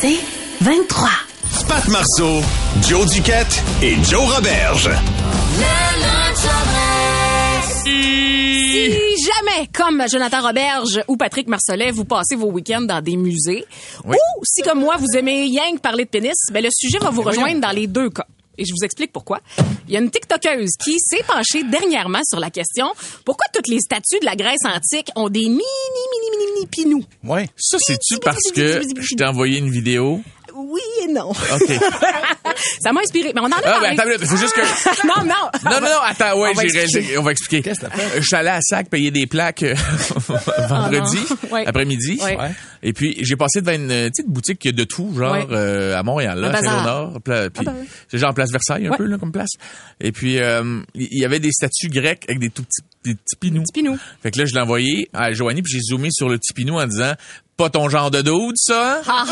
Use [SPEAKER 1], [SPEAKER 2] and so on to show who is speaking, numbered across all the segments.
[SPEAKER 1] C'est 23.
[SPEAKER 2] Pat Marceau, Joe Duquette et Joe Roberge.
[SPEAKER 3] Si jamais, comme Jonathan Roberge ou Patrick Marcelet, vous passez vos week-ends dans des musées, ou si comme moi, vous aimez Yang parler de pénis, ben, le sujet va vous rejoindre dans les deux cas. Et je vous explique pourquoi. Il y a une TikTokeuse qui s'est penchée dernièrement sur la question pourquoi toutes les statues de la Grèce antique ont des mini, mini, mini, mini pinous.
[SPEAKER 4] Ouais. Ça, c'est-tu parce que je t'ai envoyé une vidéo?
[SPEAKER 3] Oui et non.
[SPEAKER 4] OK.
[SPEAKER 3] Ça m'a inspiré. Mais on en a
[SPEAKER 4] Ah,
[SPEAKER 3] parlé.
[SPEAKER 4] ben, attends une minute, faut juste que...
[SPEAKER 3] non, non.
[SPEAKER 4] Non, non, non, attends, ouais,
[SPEAKER 3] Ah, ben, On va
[SPEAKER 4] j'ai
[SPEAKER 3] expliquer.
[SPEAKER 4] réalisé- On va expliquer. Qu'est-ce que t'as fait? Je suis allé à SAC payer des plaques euh, vendredi,
[SPEAKER 3] Ah non. Ouais.
[SPEAKER 4] après-midi.
[SPEAKER 3] Ouais. Ouais.
[SPEAKER 4] Et puis, j'ai passé devant une petite boutique qui a de tout, genre,
[SPEAKER 3] Ouais.
[SPEAKER 4] euh, à Montréal,
[SPEAKER 3] Un
[SPEAKER 4] là,
[SPEAKER 3] bazar.
[SPEAKER 4] Saint-Léonard. pla- Puis,
[SPEAKER 3] Ah ben.
[SPEAKER 4] c'est genre place Versailles, un
[SPEAKER 3] Ouais.
[SPEAKER 4] peu, là, comme place. Et puis, euh, il y y avait des statues grecques avec des tout petits, des petits pinous.
[SPEAKER 3] Petit pinou.
[SPEAKER 4] Fait que là, je l'ai envoyé à Joanie, puis j'ai zoomé sur le petit pinou en disant, pas ton genre de dude, ça?
[SPEAKER 3] Ha ha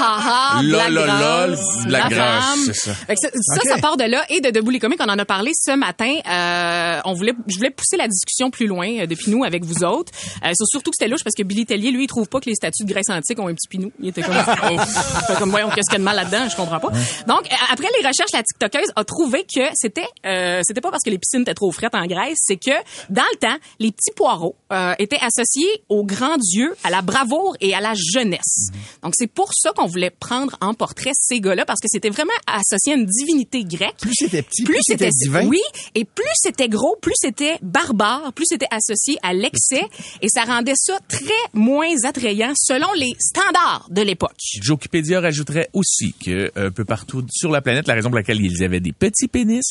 [SPEAKER 3] ha,
[SPEAKER 4] Lol,
[SPEAKER 3] Black
[SPEAKER 4] lol, lol,
[SPEAKER 3] Grasse,
[SPEAKER 4] Black
[SPEAKER 3] la
[SPEAKER 4] Grasse,
[SPEAKER 3] femme.
[SPEAKER 4] c'est ça.
[SPEAKER 3] Fait que ça, ça,
[SPEAKER 4] Ok.
[SPEAKER 3] ça part de là et de Debout les comiques, on en a parlé ce matin. Euh, on voulait, je voulais pousser la discussion plus loin euh, de Pinou avec vous autres. Euh, c'est surtout que c'était louche parce que Billy Tellier, lui, il trouve pas que les statues de Grèce antique ont un petit Pinou. Il était comme, oh. Fait comme voyons qu'est-ce qu'il y a de mal là-dedans, je comprends pas. Donc euh, après les recherches, la TikTokeuse a trouvé que c'était, euh, c'était pas parce que les piscines étaient trop frettes en Grèce, c'est que dans le temps, les petits poireaux euh, étaient associés aux grands dieux, à la bravoure et à la jeunesse.
[SPEAKER 5] Mhm.
[SPEAKER 3] Donc c'est pour ça qu'on voulait prendre en portrait ces gars-là parce que c'était vraiment associé à une divinité grecque.
[SPEAKER 5] Plus c'était petit, plus c'était divin.
[SPEAKER 3] Oui, et plus c'était gros, plus c'était barbare, plus c'était associé à l'excès et ça rendait ça très moins attrayant selon les standards de l'époque.
[SPEAKER 4] Jokipédia rajouterait aussi que euh, un peu partout sur la planète, la raison pour laquelle ils avaient des petits pénis,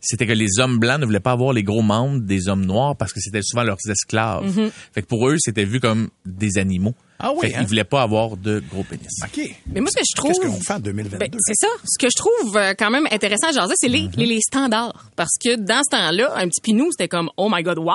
[SPEAKER 4] c'était que les hommes blancs ne voulaient pas avoir les gros membres des hommes noirs parce que c'était souvent leurs esclaves. Fait que pour eux, c'était vu comme des animaux.
[SPEAKER 5] Mm-hmm. Ah oui,
[SPEAKER 4] Fait qu'ils
[SPEAKER 5] hein?
[SPEAKER 4] voulaient pas avoir de gros pénis.
[SPEAKER 5] OK.
[SPEAKER 3] Mais moi, ce que je trouve.
[SPEAKER 5] Qu'est-ce qu'on fait en 2022?
[SPEAKER 3] Ben, c'est ça. Ce que je trouve euh, quand même intéressant à jaser, c'est les,
[SPEAKER 5] Mhm.
[SPEAKER 3] les, les standards. Parce que dans ce temps-là, un petit pinou, c'était comme « Oh my God, wow!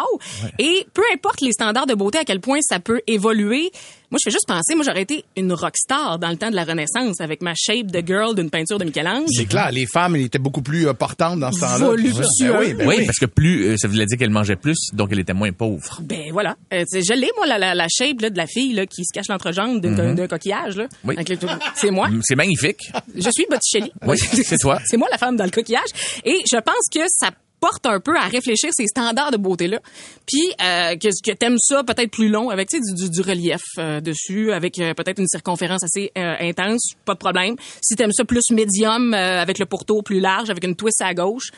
[SPEAKER 3] Et peu importe les standards de beauté, à quel point ça peut évoluer, moi, je fais juste penser, moi, j'aurais été une rockstar dans le temps de la Renaissance avec ma shape de girl d'une peinture de Michel-Ange.
[SPEAKER 5] C'est clair, les femmes elles étaient beaucoup plus euh, portantes dans ce temps-là.
[SPEAKER 3] Voluptueux.
[SPEAKER 5] Ben oui, ben
[SPEAKER 4] oui,
[SPEAKER 5] oui.
[SPEAKER 4] parce que plus, euh, ça voulait dire qu'elle mangeait plus, donc elle était moins pauvre.
[SPEAKER 3] Ben voilà. Euh, tu sais, je l'ai, moi, la, la, la shape là, de la fille là, qui se cache l'entrejambe d'un
[SPEAKER 5] Mhm.
[SPEAKER 3] d'un- d'un coquillage. là.
[SPEAKER 4] Oui.
[SPEAKER 3] Avec le- C'est moi.
[SPEAKER 4] Mm, C'est magnifique.
[SPEAKER 3] Je suis Botticelli.
[SPEAKER 4] Oui, c'est toi.
[SPEAKER 3] c'est moi la femme dans le coquillage. Et je pense que ça porte un peu à réfléchir ces standards de beauté-là. Puis euh, que, que t'aimes ça peut-être plus long avec tu sais, du, du, du relief euh, dessus, avec euh, peut-être une circonférence assez euh, intense, pas de problème. Si t'aimes ça plus médium, euh, avec le pourtour plus large, avec une twist à gauche,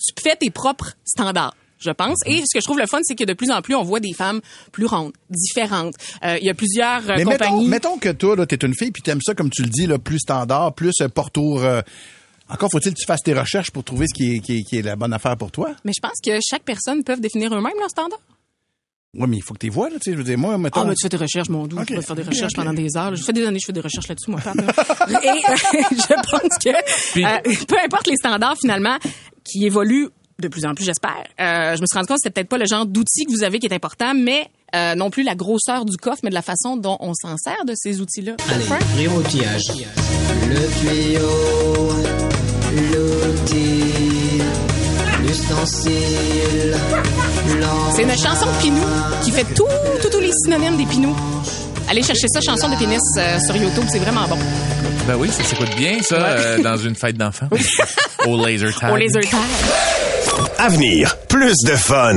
[SPEAKER 3] tu fais tes propres standards. Je pense. Et ce que je trouve le fun, c'est que de plus en plus, on voit des femmes plus rondes, différentes. Euh, Il y a plusieurs euh,
[SPEAKER 5] Mais mettons,
[SPEAKER 3] compagnies.
[SPEAKER 5] mettons que toi, là, t'es une fille, puis t'aimes ça, comme tu le dis, là, plus standard, plus euh, pourtour. euh, encore faut-il que tu fasses tes recherches pour trouver ce qui est, qui est- qui est la bonne affaire pour toi.
[SPEAKER 3] Mais je pense que chaque personne peut définir eux-mêmes leur standard.
[SPEAKER 5] Oui, mais il faut que tu vois, là, tu sais. Je veux dire, moi, mettons.
[SPEAKER 3] Ah, mais tu fais tes recherches, mon doux.
[SPEAKER 5] Ok.
[SPEAKER 3] Tu vas faire des
[SPEAKER 5] Ok,
[SPEAKER 3] recherches
[SPEAKER 5] ok.
[SPEAKER 3] pendant des heures. là. Je fais des années, je fais des recherches là-dessus, moi, Pat, là. Et euh, je pense que
[SPEAKER 4] Puis-
[SPEAKER 3] euh, peu importe les standards, finalement, qui évoluent de plus en plus, j'espère, euh, je me suis rendu compte que c'est peut-être pas le genre d'outil que vous avez qui est important, mais euh, non plus la grosseur du coffre, mais de la façon dont on s'en sert de ces outils-là. Hein? Enfin,
[SPEAKER 6] Rire au pillage. Le tuyau, l'outil, l'ustensile,
[SPEAKER 3] C'est une chanson de Pinou qui fait tout, tout, tous les synonymes des Pinous. Allez chercher ça, chanson de pénis euh, sur YouTube, c'est vraiment bon.
[SPEAKER 4] Ben oui, ça s'écoute bien, ça, euh, dans une fête d'enfants. Au laser tag.
[SPEAKER 3] On les heurte.
[SPEAKER 2] Avenir, plus de fun.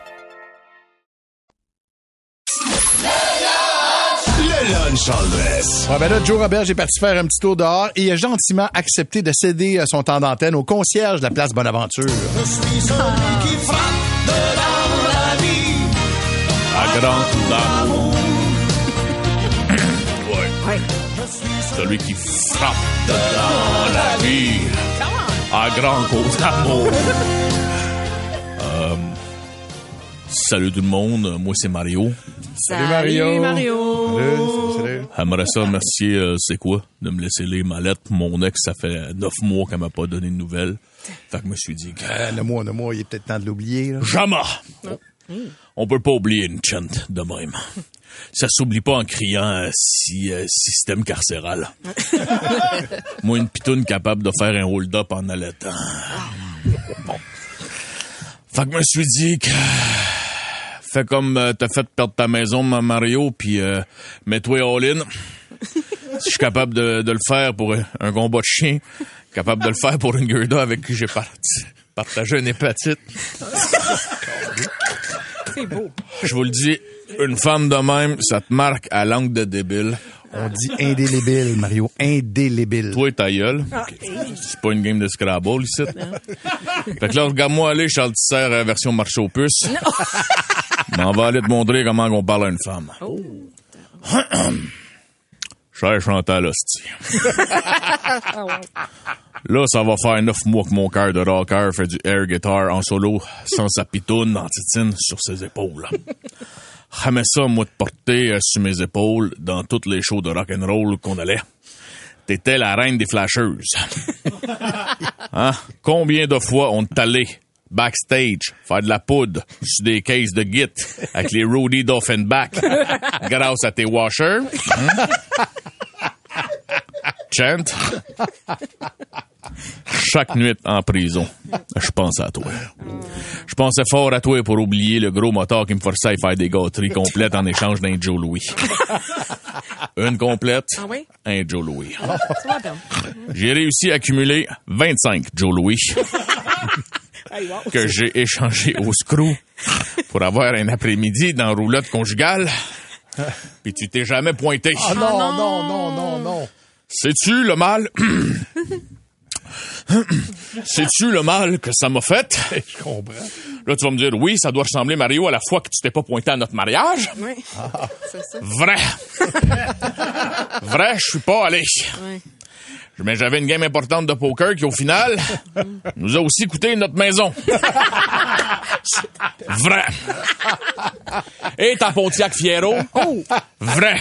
[SPEAKER 2] Le lunch
[SPEAKER 7] bonne chandresse.
[SPEAKER 5] Ouais, ben là, Joe Robert, j'ai parti faire un petit tour dehors et il a gentiment accepté de céder euh, son temps d'antenne au concierge de la place Bonaventure.
[SPEAKER 8] Je suis celui qui frappe de dans la vie.
[SPEAKER 4] À grand coup d'amour. ouais.
[SPEAKER 9] Ouais.
[SPEAKER 4] Celui qui frappe dans la vie. À grand coup d'amour. Euh, salut tout le monde. Moi, c'est Mario.
[SPEAKER 5] Salut Mario.
[SPEAKER 3] Salut, Mario.
[SPEAKER 5] Salut, salut.
[SPEAKER 4] J'aimerais ça remercier, euh, c'est quoi, de me laisser les mallettes. Mon ex, ça fait neuf mois qu'elle m'a pas donné de nouvelles. Fait que je me suis dit,
[SPEAKER 5] Euh, le mois, le mois, il est peut-être temps de l'oublier. là.
[SPEAKER 4] jamais! On peut pas oublier une chant de même. Ça s'oublie pas en criant euh, si euh, système carcéral. Moi, une pitoune capable de faire un hold-up en allaitant. Bon. Fait que je me suis dit que fais comme euh, t'as fait perdre ta maison, ma Mario, puis euh, mets-toi all-in. si je suis capable de, de le faire pour un, un combat de chien, capable de le faire pour une Gerda avec qui j'ai parti- partagé une hépatite.
[SPEAKER 3] C'est beau.
[SPEAKER 4] Je vous le dis, une femme de même, ça te marque à l'angle de débile.
[SPEAKER 5] On dit indélébile, Mario, indélébile.
[SPEAKER 4] Toi et ta gueule. C'est pas une game de Scrabble ici. fait que là, regarde-moi aller, Charles Tisser, euh, version marche aux puces. M'en va aller te montrer comment on parle à une femme. Cher Chantal Hostie. Là, ça va faire neuf mois que mon cœur de rocker fait du air guitar en solo, sans sa pitoune en titine sur ses épaules. J'aimais ça, moi, de porter euh, sur mes épaules dans toutes les shows de rock'n'roll qu'on allait. T'étais la reine des flasheuses. Hein? Combien de fois on t'allait backstage faire de la poudre sur des cases de git avec les roadies d'Offenbach grâce à tes washers? hein? Chant. Chaque nuit en prison, je pense à toi. Je pensais fort à toi pour oublier le gros moteur qui me forçait à faire des gâteries complètes en échange d'un Joe Louis. Une complète,
[SPEAKER 3] Ah oui?
[SPEAKER 4] un Joe Louis.
[SPEAKER 3] C'est pas la
[SPEAKER 5] ben,
[SPEAKER 3] peine.
[SPEAKER 4] J'ai réussi à accumuler 25 Joe Louis
[SPEAKER 3] Hey, wow.
[SPEAKER 4] que j'ai échangé au screw pour avoir un après-midi dans roulotte conjugale. Puis tu t'es jamais pointé.
[SPEAKER 5] Ah non, non, non, non, non.
[SPEAKER 4] Sais-tu le mal? Sais-tu le mal que ça m'a fait?
[SPEAKER 5] Je comprends.
[SPEAKER 4] Là, tu vas me dire, oui, ça doit ressembler, Mario, à la fois que tu t'es pas pointé à notre mariage. Ah.
[SPEAKER 3] Oui. C'est ça.
[SPEAKER 4] Vrai. Vrai, je suis pas allé.
[SPEAKER 3] Oui.
[SPEAKER 4] Mais j'avais une game importante de poker qui, au final, nous a aussi coûté notre maison. Vrai. Et ta Pontiac Fiero.
[SPEAKER 3] Oh.
[SPEAKER 4] Vrai.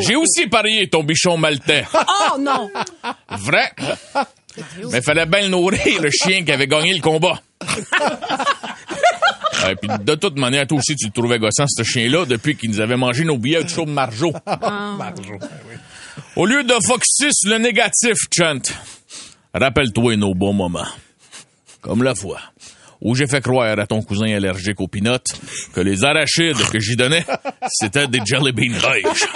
[SPEAKER 4] J'ai aussi parié ton bichon maltais.
[SPEAKER 3] Oh non!
[SPEAKER 4] Vrai. Mais fallait bien le nourrir, le chien qui avait gagné le combat. Et puis de toute manière, toi aussi, tu le trouvais gossant, ce chien-là, depuis qu'il nous avait mangé nos billets de show de Marjo. ben Au lieu de focusser sur le négatif, Chant, rappelle-toi nos bons moments. Comme la fois où j'ai fait croire à ton cousin allergique aux pinottes que les arachides que j'y donnais, c'était des jelly beans raiges.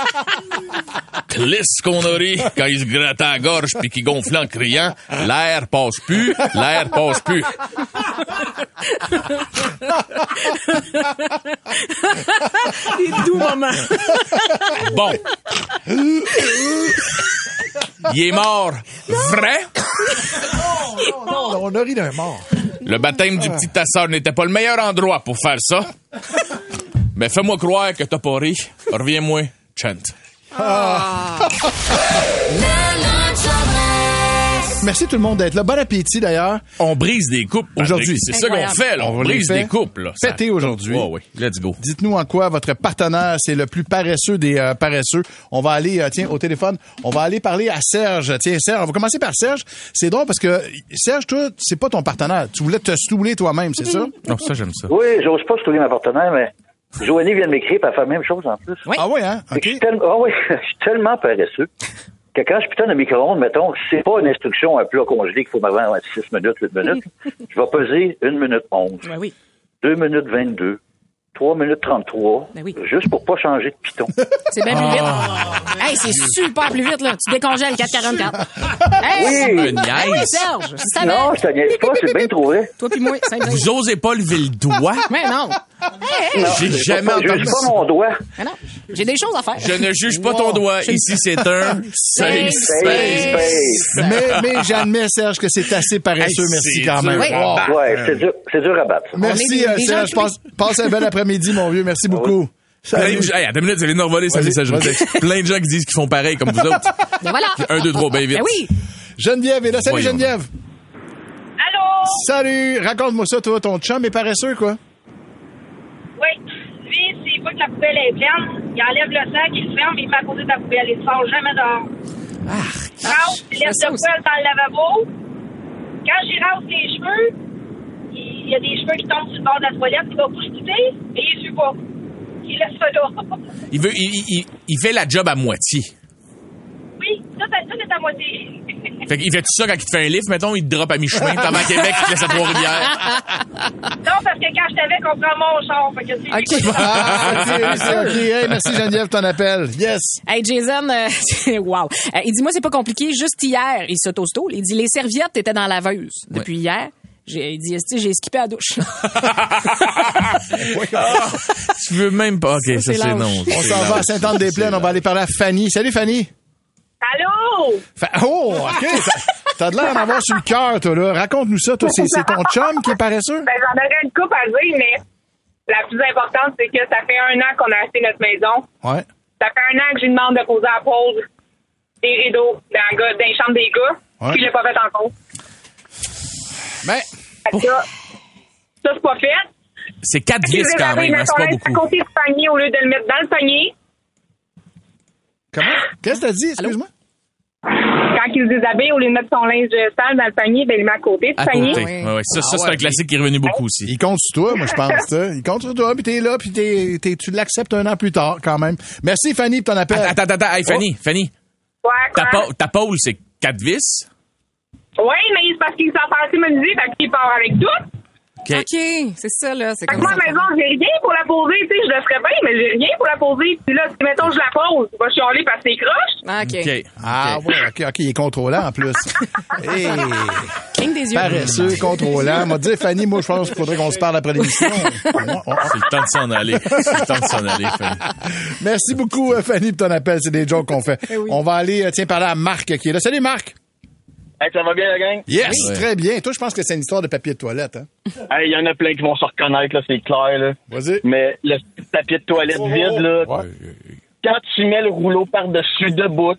[SPEAKER 4] Clisse qu'on a ri quand il se grattait à la gorge puis qu'il gonflait en criant « L'air passe plus, l'air passe plus ».
[SPEAKER 3] Des doux moments.
[SPEAKER 4] Bon. Il est mort. Vrai?
[SPEAKER 5] Non, on a ri d'un mort.
[SPEAKER 4] Le baptême du petit tasseur n'était pas le meilleur endroit pour faire ça. Mais fais-moi croire que t'as pas ri. Reviens-moi, chant.
[SPEAKER 5] Merci tout le monde d'être là. Bon appétit d'ailleurs.
[SPEAKER 4] On brise des coupes Patrick.
[SPEAKER 5] Aujourd'hui.
[SPEAKER 4] C'est ça qu'on
[SPEAKER 3] Incroyable.
[SPEAKER 4] fait, là. On,
[SPEAKER 5] On les
[SPEAKER 4] brise
[SPEAKER 5] fait
[SPEAKER 4] des coupes, là. Ça-
[SPEAKER 5] péter aujourd'hui.
[SPEAKER 4] Ouais, ouais. Let's go.
[SPEAKER 5] Dites-nous en quoi votre partenaire, c'est le plus paresseux des euh, paresseux. On va aller, euh, tiens, au téléphone, on va aller parler à Serge. Tiens, Serge, on va commencer par Serge. C'est drôle parce que Serge, toi, c'est pas ton partenaire. Tu voulais te stouler toi-même, c'est ça?
[SPEAKER 10] Non, ça, j'aime ça.
[SPEAKER 6] Oui, j'ose pas trouver ma partenaire, mais Joanie vient de m'écrire pour faire la même chose en plus.
[SPEAKER 3] Oui.
[SPEAKER 5] Ah oui, hein?
[SPEAKER 6] Fait que
[SPEAKER 5] OK.
[SPEAKER 6] Je suis tellement- ah oui, je suis tellement paresseux que quand je putain de micro-ondes, mettons, c'est pas une instruction à plat congelé qu'il faut m'avoir à 6 minutes, 8 minutes. je vais peser 1 minute 11,
[SPEAKER 3] Ben oui.
[SPEAKER 6] 2 minutes 22, 3 minutes 33,
[SPEAKER 3] Ben oui.
[SPEAKER 6] juste pour pas changer de piton.
[SPEAKER 4] Ah.
[SPEAKER 3] C'est bien plus vite. Hey, c'est super plus vite, là. Tu décongèles 444. Hey,
[SPEAKER 4] Oui.
[SPEAKER 3] c'est- Ben oui, Serge. Ça
[SPEAKER 11] Non, je te niaise pas, c'est bien trop vrai.
[SPEAKER 3] Toi puis moi, simple.
[SPEAKER 4] Vous osez pas lever le doigt?
[SPEAKER 3] Mais non. Hey, hey.
[SPEAKER 11] Non,
[SPEAKER 4] J'ai
[SPEAKER 11] je-
[SPEAKER 4] jamais
[SPEAKER 11] je- je-
[SPEAKER 4] entendu
[SPEAKER 11] Je
[SPEAKER 4] ça.
[SPEAKER 11] pas mon doigt.
[SPEAKER 3] Mais non. J'ai des choses à faire.
[SPEAKER 4] Je ne juge pas ton doigt. Ici, c'est un safe
[SPEAKER 3] Safe
[SPEAKER 4] space.
[SPEAKER 5] Mais, mais j'admets, Serge, que c'est assez paresseux.
[SPEAKER 4] Hey,
[SPEAKER 5] Merci
[SPEAKER 4] c'est
[SPEAKER 5] quand
[SPEAKER 4] dur hein.
[SPEAKER 5] même.
[SPEAKER 4] à
[SPEAKER 5] Wow.
[SPEAKER 4] battre.
[SPEAKER 11] Ouais, c'est dur, c'est dur à battre. ça.
[SPEAKER 5] Merci,
[SPEAKER 3] On est des-
[SPEAKER 5] euh,
[SPEAKER 3] des
[SPEAKER 5] Serge.
[SPEAKER 3] gens
[SPEAKER 5] Passe, passe un bel après-midi, mon vieux.
[SPEAKER 4] Ah
[SPEAKER 5] Merci beaucoup.
[SPEAKER 4] Plein
[SPEAKER 5] Salut.
[SPEAKER 4] de gens- Hey, attends une minute, vous allez nous revoler ce
[SPEAKER 5] Vas-y,
[SPEAKER 4] message.
[SPEAKER 5] vas-y.
[SPEAKER 4] Plein de gens qui disent qu'ils font pareil comme vous autres.
[SPEAKER 3] Ben voilà.
[SPEAKER 4] Un, deux, trois, bien vite.
[SPEAKER 3] Ben oui.
[SPEAKER 5] Geneviève est là. Salut,
[SPEAKER 4] Voyons.
[SPEAKER 5] Geneviève.
[SPEAKER 12] Allô?
[SPEAKER 5] Salut. Raconte-moi ça, toi, ton chum est paresseux, quoi.
[SPEAKER 12] Oui. Lui, s'il voit que la poubelle est pleine, il enlève le sac, il le ferme, il met à côté de la poubelle. Il ne sort jamais dehors. Ah, rase, il laisse la poubelle dans le lavabo. Quand j'y rase les cheveux, il il y a des cheveux qui tombent sur le bord de la toilette, il va précipiter et il ne suit pas. Il laisse ça là.
[SPEAKER 4] Il veut, il, il- il- il fait la job à moitié.
[SPEAKER 12] oui, ça, ça, ça, c'est à moitié.
[SPEAKER 4] Fait qu'il fait tout ça quand il te fait un lift, mettons, il te drop à mi-chemin, t'en vas à Québec, il te laisse à Trois-Rivières.
[SPEAKER 12] non, parce que quand je t'avais, on prend mon char. Fait que tu sais,
[SPEAKER 5] Ah, ok, oui, c'est ok. Hey, merci, Geneviève, ton appel. Yes.
[SPEAKER 3] Hey Jason, euh, c'est- wow. Euh, il dit moi c'est pas compliqué. Juste hier, il s'auto-stole. Il dit les serviettes étaient dans la laveuse depuis hier. J'ai il dit Esti, j'ai skippé la douche.
[SPEAKER 4] tu veux même pas. OK,
[SPEAKER 3] c'est
[SPEAKER 4] ça, c'est
[SPEAKER 3] lâche.
[SPEAKER 4] non.
[SPEAKER 5] On s'en va à Sainte-Anne-des-Plaines. On va aller parler à Fanny. Salut, Fanny.
[SPEAKER 12] Allô?
[SPEAKER 5] Fa- oh, OK. ça- T'as de l'air d'en avoir sur le cœur, toi, là. Raconte-nous ça, toi. C'est c'est ton chum qui est paresseux?
[SPEAKER 12] Ben, j'en aurais une coupe à dire, mais la plus importante, c'est que ça fait un an qu'on a acheté notre maison.
[SPEAKER 5] Ouais.
[SPEAKER 12] Ça fait un an que j'ai demandé de poser à la pause des rideaux dans, le gars- dans les chambres des gars,
[SPEAKER 5] Ouais. Ben,
[SPEAKER 12] puis je l'ai pas fait encore.
[SPEAKER 5] Mais,
[SPEAKER 12] Fait que là, ça, c'est pas fait.
[SPEAKER 4] C'est quatre
[SPEAKER 12] J'ai
[SPEAKER 4] vis quand
[SPEAKER 12] réservé,
[SPEAKER 4] même, hein,
[SPEAKER 12] mettons,
[SPEAKER 4] c'est pas
[SPEAKER 12] un à
[SPEAKER 4] beaucoup.
[SPEAKER 12] côté du panier au lieu de le mettre dans le panier.
[SPEAKER 5] comment? Qu'est-ce que t'as dit? Excuse-moi.
[SPEAKER 12] Quand ils se déshabillent, au lieu de mettre son linge sale dans le panier, ben, il le met à côté du
[SPEAKER 4] À
[SPEAKER 12] panier.
[SPEAKER 4] côté. Ouais, ouais. Ça, ça, c'est un classique qui est revenu beaucoup aussi.
[SPEAKER 5] Il compte sur toi, moi, je pense. t'sais. Il compte sur toi, puis t'es là, puis t'es- t'es- tu l'acceptes un an plus tard, quand même. Merci, Fanny, pour ton appel.
[SPEAKER 4] Attends, attends, attends. Hey, Fanny, Fanny,
[SPEAKER 12] Ouais,
[SPEAKER 4] ta,
[SPEAKER 12] quoi?
[SPEAKER 4] pa- ta pole, c'est quatre vis.
[SPEAKER 12] Oui, mais c'est parce qu'il s'en passe immunisé, fait qu'il part avec tout.
[SPEAKER 4] OK.
[SPEAKER 3] ok, c'est ça là. C'est
[SPEAKER 12] Fait que
[SPEAKER 3] comme
[SPEAKER 12] moi,
[SPEAKER 3] ça.
[SPEAKER 12] à la maison, j'ai rien pour la poser, tu sais, je le ferais bien, mais j'ai rien pour la poser. Puis là, si, mettons, je la pose, je vais chialer parce que c'est croche.
[SPEAKER 3] Ah, ok.
[SPEAKER 4] OK.
[SPEAKER 5] Ah, ouais, OK, OK, il est contrôlant, en plus. Hey,
[SPEAKER 3] Cligne des yeux.
[SPEAKER 5] paresseux, contrôlant. M'a dit, Fanny, moi, je pense qu'il faudrait qu'on se parle après l'émission.
[SPEAKER 4] C'est le temps de s'en aller. C'est le temps de s'en aller, Fanny.
[SPEAKER 5] Merci beaucoup, euh, Fanny, pour ton appel. C'est des jokes qu'on fait. On va aller, euh, tiens, parler à Marc qui est là. Salut, Marc.
[SPEAKER 6] Hey, ça va bien, la gang?
[SPEAKER 5] Yes,
[SPEAKER 4] Oui.
[SPEAKER 5] très bien. Toi, je pense que c'est une histoire de papier de toilette. Hein?
[SPEAKER 6] Hey, il y en a plein qui vont se reconnaître, là, c'est clair, là.
[SPEAKER 5] Vas-y. Oh,
[SPEAKER 6] Mais le papier de toilette vide, là, quand tu mets le rouleau par-dessus debout,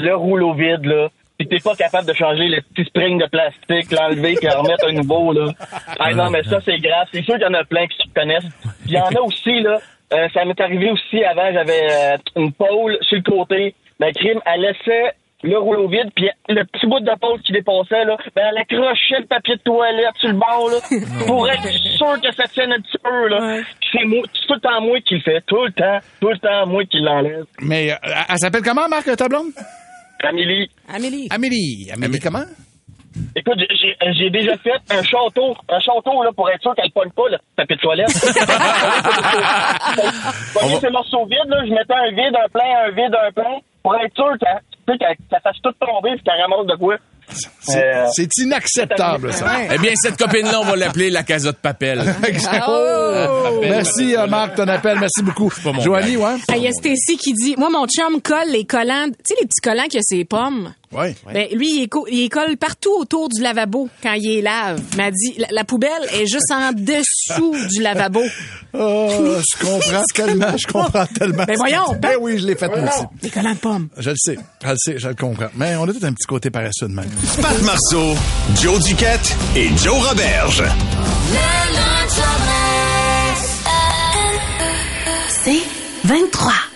[SPEAKER 6] le rouleau vide, là, pis t'es pas capable de changer le petit spring de plastique, l'enlever, puis en remettre un nouveau, là. Ah non, mais ça, c'est grave. C'est sûr qu'il y en a plein qui se reconnaissent. Puis il y en a aussi, là, euh, ça m'est arrivé aussi avant, j'avais euh, une pôle sur le côté. Ma crime, elle laissait le rouleau vide, puis le petit bout de pôle qui dépassait, là, ben, elle accrochait le papier de toilette sur le bord, là, pour être sûr que ça tienne un petit peu, là. Puis C'est moi- c'est tout le temps moi qui le fais, tout le temps, tout le temps moi qui l'enlève.
[SPEAKER 5] Mais euh, elle s'appelle comment, Marc, ta blonde?
[SPEAKER 6] Amélie,
[SPEAKER 3] Amélie.
[SPEAKER 5] Amélie. Amélie, comment?
[SPEAKER 6] Euh, Écoute, j'ai- j'ai j'ai déjà fait un château, un château là, pour être sûr qu'elle pogne pas le papier de toilette. Pogner ce morceau vide, là, je mettais un vide, un plein, un vide, un plein, pour être sûr qu'elle- tu sais, qu'elle qu'elle fasse tout tomber et qu'elle ramasse de quoi.
[SPEAKER 5] C'est
[SPEAKER 6] Euh,
[SPEAKER 5] c'est inacceptable, ça.
[SPEAKER 4] Eh bien, cette copine-là, on va l'appeler la casa de papel.
[SPEAKER 3] Ah,
[SPEAKER 5] Oh! Merci, euh, Marc, ton appel. Merci beaucoup.
[SPEAKER 4] mon
[SPEAKER 5] Joanie, ouais?
[SPEAKER 3] Ah, Il y a Stacy qui dit, moi, mon chum colle les collants, tu sais, les petits collants qu'il y a ses pommes.
[SPEAKER 5] Ouais.
[SPEAKER 3] Ben, lui, il, est co- il les colle partout autour du lavabo quand il les lave. M'a dit, la, la poubelle est juste en dessous du lavabo.
[SPEAKER 5] Oh, je comprends tellement, je comprends tellement.
[SPEAKER 3] Ben voyons,
[SPEAKER 5] Ben oui, je l'ai fait moi aussi.
[SPEAKER 3] Les collants de pommes.
[SPEAKER 5] Je le sais, je le sais, je le comprends. Mais on a tout un petit côté paresseux de même.
[SPEAKER 7] Pat Marceau, Joe Duquette et Joe Roberge.
[SPEAKER 13] C'est 23.